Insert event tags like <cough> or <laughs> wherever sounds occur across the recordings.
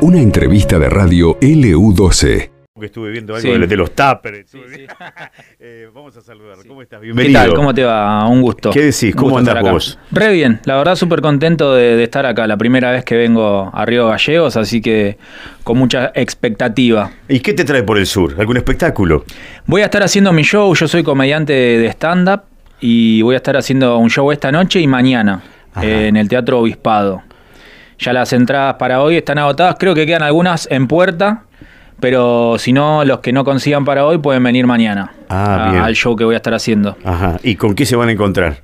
Una entrevista de radio LU12. que estuve viendo algo Sí. de- de los tuppers. estuve sí. vi- <laughs> Eh, vamos a saludar. ¿Cómo estás? ¿Qué Bienvenido. tal? ¿Cómo te va? Un gusto. ¿Qué decís? Un ¿Cómo gusto andás estar acá. vos? Re bien, la verdad súper contento de, de estar acá, la primera vez que vengo a Río Gallegos, así que con mucha expectativa. ¿Y qué te trae por el sur? ¿Algún espectáculo? Voy a estar haciendo mi show, yo soy comediante de, de stand-up y voy a estar haciendo un show esta noche y mañana Ajá. eh, en el Teatro Obispado. Ya las entradas para hoy están agotadas, creo que quedan algunas en puerta, pero si no, los que no consigan para hoy pueden venir mañana Ah, a- bien. al show que voy a estar haciendo. Ajá. ¿Y con qué se van a encontrar?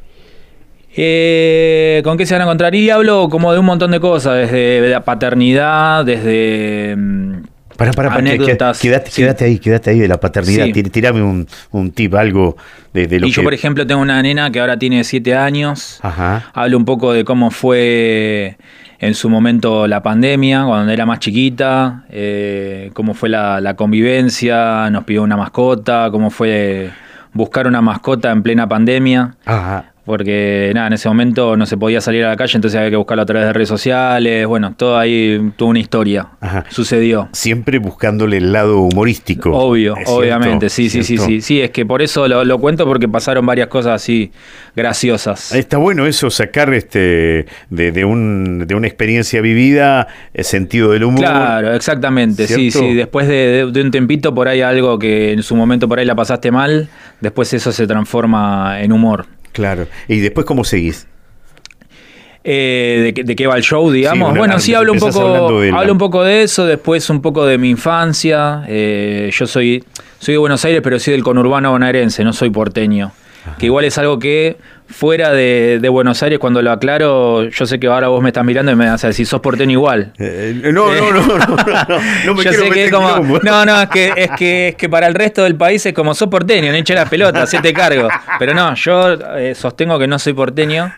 Eh, ¿Con qué se van a encontrar? Y hablo como de un montón de cosas, desde la paternidad, desde... mm, Para, para, para. Anécdotas, quédate, sí. quédate ahí, quédate ahí de la paternidad. Sí. Tir- Tirame un, un tip, algo de, de lo Y que... yo, por ejemplo, tengo una nena que ahora tiene 7 años. Ajá. Hablo un poco de cómo fue en su momento la pandemia, cuando era más chiquita, eh, cómo fue la, la convivencia, nos pidió una mascota, cómo fue buscar una mascota en plena pandemia. Ajá. Porque nada, en ese momento no se podía salir a la calle, entonces había que buscarlo a través de redes sociales. Bueno, todo ahí tuvo una historia. Ajá. Sucedió. Siempre buscándole el lado humorístico. Obvio, ¿Es cierto? obviamente, sí, sí, sí, ¿Cierto? sí. Sí, es que por eso lo, lo cuento porque pasaron varias cosas así graciosas. Ah, Está bueno eso, sacar este de, de un, de una experiencia vivida, el sentido del humor. Claro, exactamente, sí, ¿Cierto? sí. Después de, de- de un tempito por ahí algo que en su momento por ahí la pasaste mal, después eso se transforma en humor. Claro. ¿Y después cómo seguís? Eh, de, qué- de qué va el show, digamos. una- bueno, sí, ah, empezás hablo un, hablando poco, de la- hablo un poco de eso, después un poco de mi infancia. Eh, yo soy, soy de Buenos Aires, pero soy del conurbano bonaerense, no soy porteño. Que igual es algo que fuera de, de Buenos Aires, cuando lo aclaro, yo sé que ahora vos me estás mirando y me vas a decir, sos porteño igual. Eh, no, no, no, no, no, no, no me <laughs> Yo quiero sé que meter es en como- quilombo. No, no, es que, es que es que para el resto del país es como sos porteño, no hincha la pelota, hacete cargo. Pero no, yo eh, sostengo que no soy porteño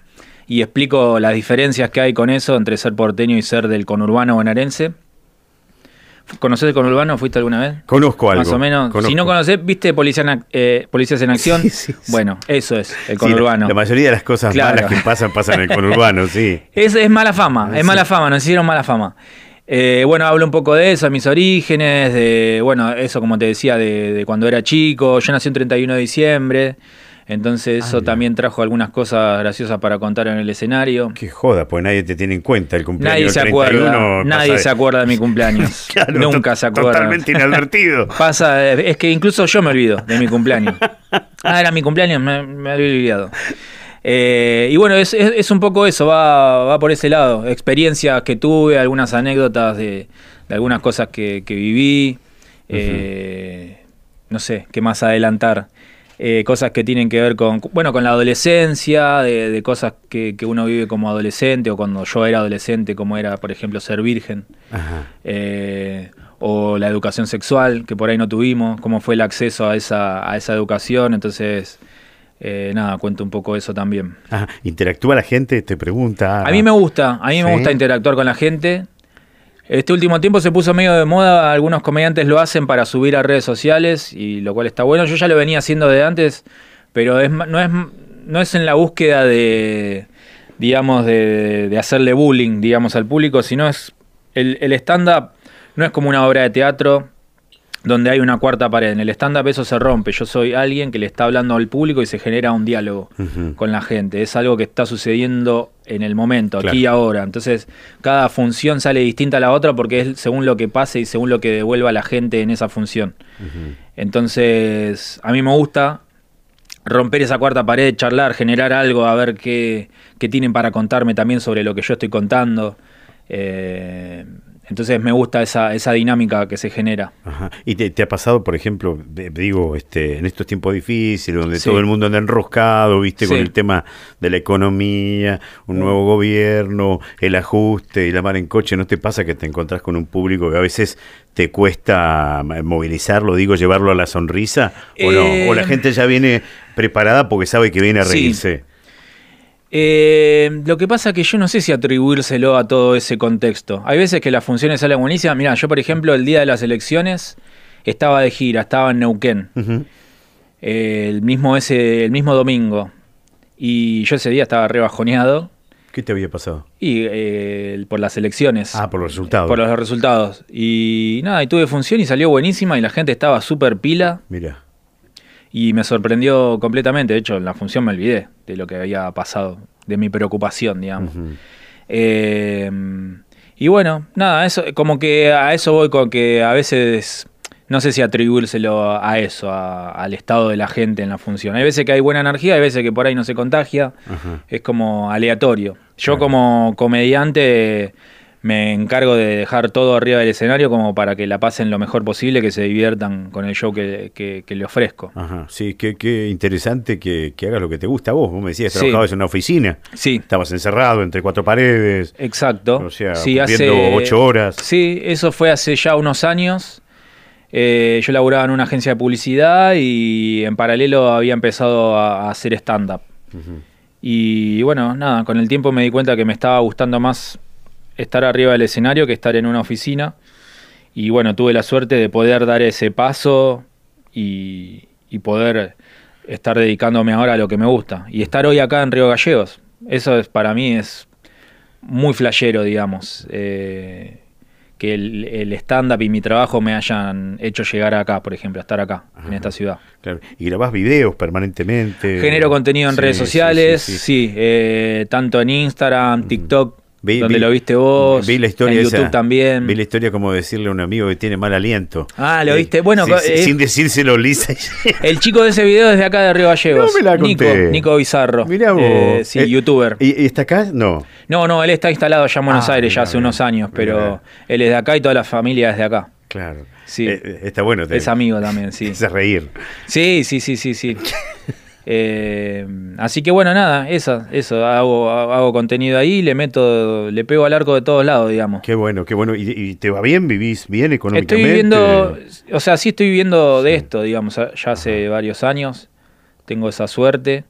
y explico las diferencias que hay con eso entre ser porteño y ser del conurbano bonaerense. ¿Conoces el conurbano? ¿Fuiste alguna vez? Conozco algo. Más o menos. conozco. Si no conocés, ¿viste Policía en Ac- eh, Policías en Acción? <laughs> Sí, sí, sí. Bueno, eso es, Sí, la- el conurbano. la, mayoría de las cosas Claro. malas que pasan, pasan en el conurbano, <laughs> sí. Es, es mala fama, es Sí. mala fama, nos hicieron mala fama. Eh, bueno, hablo un poco de eso, mis orígenes, de, bueno, eso como te decía, de, de cuando era chico. Yo nací un 31 de diciembre, Ah, entonces eso también trajo algunas cosas graciosas para contar en el escenario. Qué joda, pues nadie te tiene en cuenta el cumpleaños. Nadie del se acuerda, 31 nadie pasa- se acuerda de mi cumpleaños. <laughs> Claro, Nunca to- se acuerda. Totalmente <laughs> inadvertido. Pasa, eh, es que incluso yo me olvido de mi cumpleaños. Ah, era mi cumpleaños, me, me había olvidado. Eh, y bueno, es, es- es un poco eso, va, va por ese lado. Experiencias que tuve, algunas anécdotas de, de algunas cosas que, que viví. eh, No sé, qué más adelantar. Eh, cosas que tienen que ver con, bueno, con la adolescencia, de, de cosas que, que uno vive como adolescente o cuando yo era adolescente, como era, por ejemplo, ser virgen Ajá. eh, o la educación sexual, que por ahí no tuvimos, cómo fue el acceso a esa, a esa educación. Entonces, eh, nada, cuento un poco eso también. Ajá. Interactúa la gente, te pregunta. A mí me gusta, a mí Sí. me gusta interactuar con la gente. Este último tiempo se puso medio de moda, algunos comediantes lo hacen para subir a redes sociales, y lo cual está bueno. Yo ya lo venía haciendo de antes, pero es, ma- no, es, no es en la búsqueda de, digamos, de, de hacerle bullying, digamos, al público, sino es el, el stand-up no es como una obra de teatro donde hay una cuarta pared. En el stand-up eso se rompe. Yo soy alguien que le está hablando al público y se genera un diálogo Ujú. con la gente. Es algo que está sucediendo en el momento, Claro. aquí y ahora. Entonces, cada función sale distinta a la otra porque es según lo que pase y según lo que devuelva la gente en esa función. Entonces, a mí me gusta romper esa cuarta pared, charlar, generar algo, a ver qué, qué tienen para contarme también sobre lo que yo estoy contando. Eh, entonces me gusta esa, esa dinámica que se genera. Ajá. ¿Y te, te ha pasado, por ejemplo, de- digo, este, en estos tiempos difíciles, donde Sí. todo el mundo anda enroscado, viste, con Sí. el tema de la economía, un nuevo gobierno, el ajuste y la mar en coche, ¿no te pasa que te encontrás con un público que a veces te cuesta eh, movilizarlo, digo, llevarlo a la sonrisa? ¿O no? ¿O la Eh, gente ya viene preparada porque sabe que viene a Sí. reírse? Eh, lo que pasa que yo no sé si atribuírselo a todo ese contexto. Hay veces que las funciones salen buenísimas. Mirá, yo por ejemplo el día de las elecciones estaba de gira, estaba en Neuquén, Ujú. eh, el, mismo ese, el mismo domingo. Y yo ese día estaba re bajoneado ¿Qué te había pasado? Y eh, por las elecciones. Ah, por los resultados. Por los resultados. Y nada, y tuve función y salió buenísima y la gente estaba súper pila Mira. y me sorprendió completamente. De hecho, en la función me olvidé de lo que había pasado, de mi preocupación, digamos. Eh, y bueno, nada, eso, como que a eso voy con que a veces no sé si atribuírselo a eso, a- al estado de la gente en la función. Hay veces que hay buena energía, hay veces que por ahí no se contagia, Ajá. es como aleatorio. Yo Claro. como comediante me encargo de dejar todo arriba del escenario como para que la pasen lo mejor posible, que se diviertan con el show que, que- que le ofrezco. Ajá. Sí, qué, qué interesante que, que hagas lo que te gusta a vos. Vos me decías, Sí. trabajabas en una oficina. Sí. Estabas encerrado entre cuatro paredes. Exacto. O sea, Sí, cumpliendo hace- ocho horas. Sí, eso fue hace ya unos años. Eh, yo laburaba en una agencia de publicidad y en paralelo había empezado a, a hacer stand-up. Y bueno, nada, con el tiempo me di cuenta que me estaba gustando más estar arriba del escenario que estar en una oficina. Y bueno, tuve la suerte de poder dar ese paso y, y poder estar dedicándome ahora a lo que me gusta. Y estar hoy acá en Río Gallegos. Eso es para mí es muy flashero, digamos. eh, que el, el stand-up y mi trabajo me hayan hecho llegar acá, por ejemplo, a estar acá, en esta ciudad. Claro. Y grabás videos permanentemente. Genero contenido Eh, en Sí, redes sí, sociales, sí, sí, sí. eh, tanto en Instagram, TikTok, Vi- donde vi- lo viste vos, Vi la historia en esa. YouTube también. Vi la historia como decirle a un amigo que tiene mal aliento. Ah, ¿lo Eh, viste? Bueno, sí, co- sí, eh. sin decírselo <laughs> lisa. <laughs> El chico de ese video es de acá de Río Gallegos. No me la conté. Nico, Nico Bizarro. Mirá vos. Eh, sí, Eh, youtuber. ¿Y, y está acá? No. No, no, él está instalado ya en Buenos Ah, Aires ya mirá, hace mirá, unos años, pero mirá. él es de acá y toda la familia es de acá. Claro. Sí. Eh, eh, está bueno. te- Es amigo también, sí. Es a reír. Sí, sí, sí, sí, sí. Eh, así que bueno, nada, eso, eso, hago, hago contenido ahí, le meto, le pego al arco de todos lados, digamos. Qué bueno, qué bueno. ¿Y, y te va bien? ¿Vivís bien Estoy económicamente? viviendo, o sea, sí estoy viviendo de esto, digamos, ya hace varios años, tengo esa suerte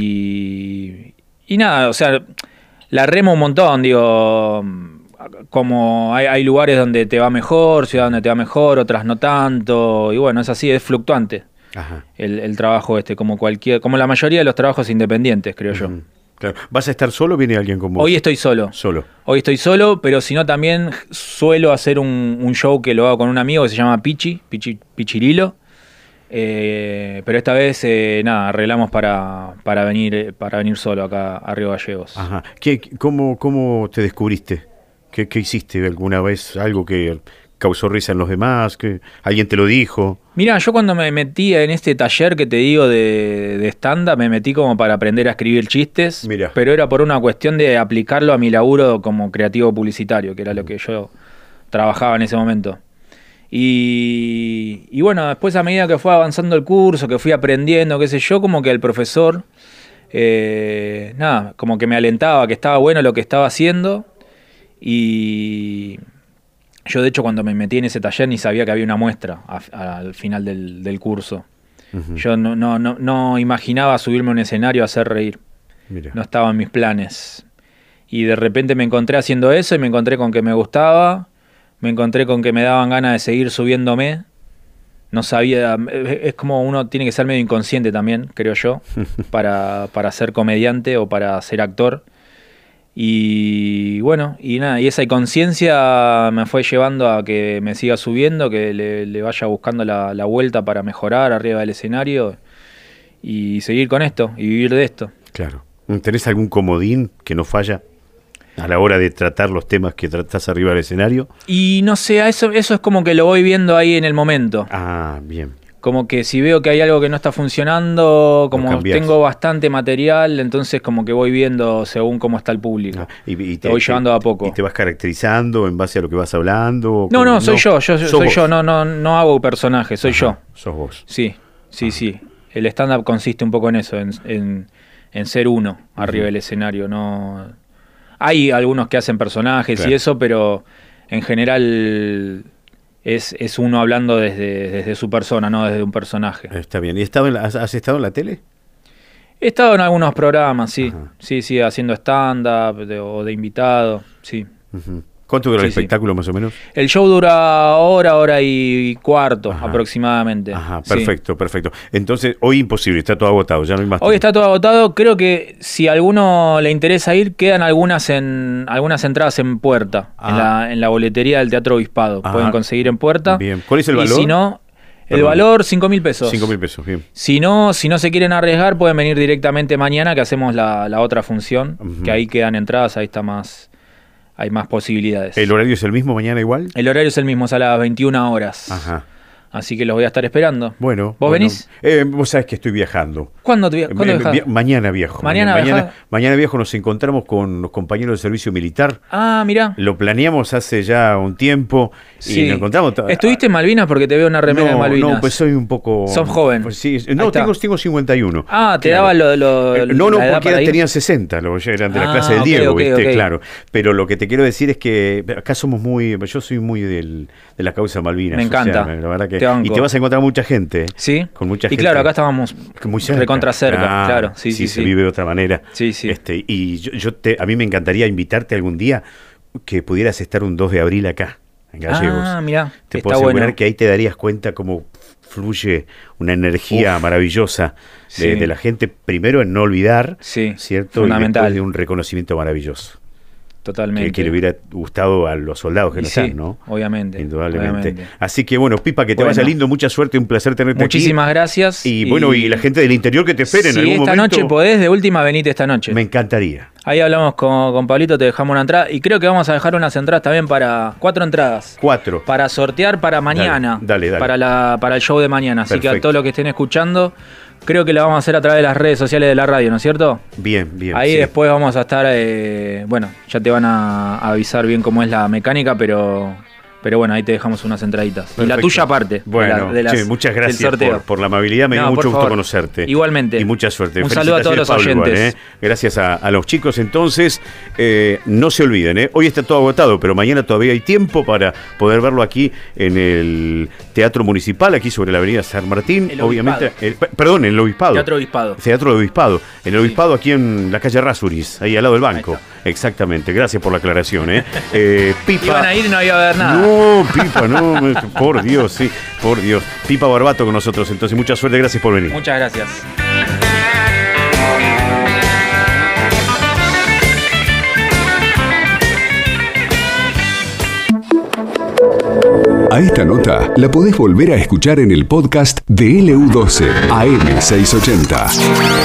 y, y nada, o sea, la remo un montón, digo, como hay, hay lugares donde te va mejor, ciudades donde te va mejor, otras no tanto, y bueno, es así, es fluctuante Ajá. el, el trabajo este, como cualquier, como la mayoría de los trabajos independientes, creo yo. Ujú. Claro. ¿Vas a estar solo o viene alguien con vos? Hoy estoy solo. Solo. Hoy estoy solo, pero si no también suelo hacer un, un show que lo hago con un amigo que se llama Pichi, Pichi Pichirilo. Eh, pero esta vez, eh, nada, arreglamos para, para, venir, eh, para venir solo acá a Río Gallegos. Ajá. ¿Qué, cómo, ¿Cómo te descubriste? ¿Qué, qué hiciste alguna vez? ¿Algo que causó risa en los demás? ¿Que ¿Alguien te lo dijo? Mira, yo cuando me metí en este taller que te digo de, de stand-up, me metí como para aprender a escribir chistes, Mirá. pero era por una cuestión de aplicarlo a mi laburo como creativo publicitario, que era lo que yo trabajaba en ese momento. Y, y bueno, después a medida que fue avanzando el curso, que fui aprendiendo, qué sé yo, como que el profesor, eh, nada, como que me alentaba, que estaba bueno lo que estaba haciendo y yo de hecho cuando me metí en ese taller ni sabía que había una muestra a- al final del, del curso. Ujú. Yo no, no, no, no imaginaba subirme a un escenario a hacer reír. Mira. No estaban mis planes. Y de repente me encontré haciendo eso y me encontré con que me gustaba, me encontré con que me daban ganas de seguir subiéndome. No sabía, eh, es como uno tiene que ser medio inconsciente también, creo yo, para, para ser comediante o para ser actor. Y bueno, y nada, y esa conciencia me fue llevando a que me siga subiendo, que le, le vaya buscando la, la vuelta para mejorar arriba del escenario y seguir con esto y vivir de esto. Claro. ¿Tenés algún comodín que no falla a la hora de tratar los temas que tratás arriba del escenario? Y no sé, a eso, eso es como que lo voy viendo ahí en el momento. Ah, bien. Como que si veo que hay algo que no está funcionando, como cambiás. tengo bastante material, entonces como que voy viendo según cómo está el público. Ah, y, y Lo voy llevando de a poco. ¿Y te vas caracterizando en base a lo que vas hablando? No, ¿Cómo? no, soy yo, yo Sos soy vos. yo, no, no, no hago personaje, soy yo. Ajá, Sos vos. Sí, sí, sí. El stand-up consiste un poco en eso, en, en- en ser uno arriba del escenario. No, hay algunos que hacen personajes Claro. y eso, pero en general es, es uno hablando desde, desde su persona, no desde un personaje. Está bien. ¿Y estado en la- has, has estado en la tele? He estado en algunos programas, sí, Ajá. sí, sí, haciendo stand-up de- o de invitado, sí. Ujú. ¿Cuánto dura el Sí, sí. espectáculo más o menos? El show dura hora, hora y cuarto Ajá. aproximadamente. Ajá, Sí. perfecto, perfecto. Entonces, hoy imposible, está todo agotado, ya no hay más. Hoy tiempo. está todo agotado. Creo que si a alguno le interesa ir, quedan algunas en algunas entradas en puerta, en Ajá. la, en la boletería del Teatro Obispado. Ajá. Pueden conseguir en puerta. Ah. Bien. ¿Cuál es el Y valor? si no, el Perdón. valor 5 mil pesos. Cinco mil pesos, bien. Si no, si no se quieren arriesgar, pueden venir directamente mañana que hacemos la, la otra función, Ujú. que ahí quedan entradas, ahí está más, hay más posibilidades. ¿El horario es el mismo mañana igual? El horario es el mismo, es a las 21 horas. Ajá. Así que los voy a estar esperando. Bueno. ¿Vos bueno. venís? Eh, vos sabés que estoy viajando. ¿Cuándo te via- Eh, cuándo eh, viajás? via- mañana viajo. Mañana mañana, viajás. mañana viajo, nos encontramos con los compañeros del servicio militar. Ah, mirá. Lo planeamos hace ya un tiempo y Sí. nos encontramos. ¿Estuviste en Malvinas? Porque te veo una remera no, de Malvinas. No, pues soy un poco. Sos joven. Pues sí, Ahí no, está. tengo, tengo 51. Ah, te daba lo- lo- Eh, No, no, la edad porque para eran- ir. tenían 60, los ya eran de la Ah, clase de ok, Diego, ok, ¿viste? ok. Claro. Pero lo que te quiero decir es que acá somos muy. Yo soy muy del, de la causa Malvinas. Me o sea, encanta. la verdad que, Te banco. y te vas a encontrar mucha gente. Sí. Con mucha y gente. claro, acá estábamos Muy cerca. recontra cerca, Ah, claro. Sí, sí, se sí. vive de otra manera. Sí, sí. Este, y yo, yo te, a mí me encantaría invitarte algún día que pudieras estar un 2 de abril acá, en Gallegos. Ah, mirá, Te está puedo asegurar bueno. que ahí te darías cuenta cómo fluye una energía maravillosa de, sí. de la gente, primero en no olvidar, Sí, ¿cierto? Y fundamental. después de un reconocimiento maravilloso, Totalmente. que, que le hubiera gustado a los soldados que Y no sí, están, ¿no? Obviamente. Indudablemente. obviamente. Así que bueno, Pipa, que te Bueno. vaya lindo, mucha suerte, un placer tenerte aquí. Muchísimas gracias. Y bueno, y la gente del interior que te espera en si algún esta momento. noche podés, de última venite esta noche. Me encantaría. Ahí hablamos con, con Pablito, te dejamos una entrada. Y creo que vamos a dejar unas entradas también para. Cuatro entradas. Cuatro. Para sortear para mañana. dale, dale. Para, la, para el show de mañana. Así que a Perfecto. todos los que estén escuchando, creo que la vamos a hacer a través de las redes sociales de la radio, ¿no es cierto? Bien, bien. Ahí sí. después vamos a estar. eh, bueno, ya te van a avisar bien cómo es la mecánica, pero. Pero bueno, ahí te dejamos unas entraditas. Y la Perfecto. tuya aparte. Bueno, de las- che, muchas del gracias sorteo. por, por la amabilidad. Me No, dio por mucho gusto favor. conocerte. Igualmente. Y mucha suerte. Un saludo a todos los Felicitaciones, Pablo, oyentes. igual, ¿eh? Gracias a, a los chicos. Entonces, eh, no se olviden. ¿eh? Hoy está todo agotado, pero mañana todavía hay tiempo para poder verlo aquí en el Teatro Municipal, aquí sobre la Avenida San Martín. El Obviamente, Obispado. el- pe- perdón, en el Obispado. Teatro Obispado. Teatro del Obispado. En el Obispado, aquí en la calle Rasuris, ahí al lado del banco. Exactamente. Gracias por la aclaración. <laughs> ¿eh? Eh, Pipa. Iban a ir y no iba a haber nada. No, Pipa, no, <laughs> me- por Dios, sí, por Dios. Pipa Barbato con nosotros, entonces mucha suerte, gracias por venir. Muchas gracias. A esta nota la podés volver a escuchar en el podcast de LU12 AM680.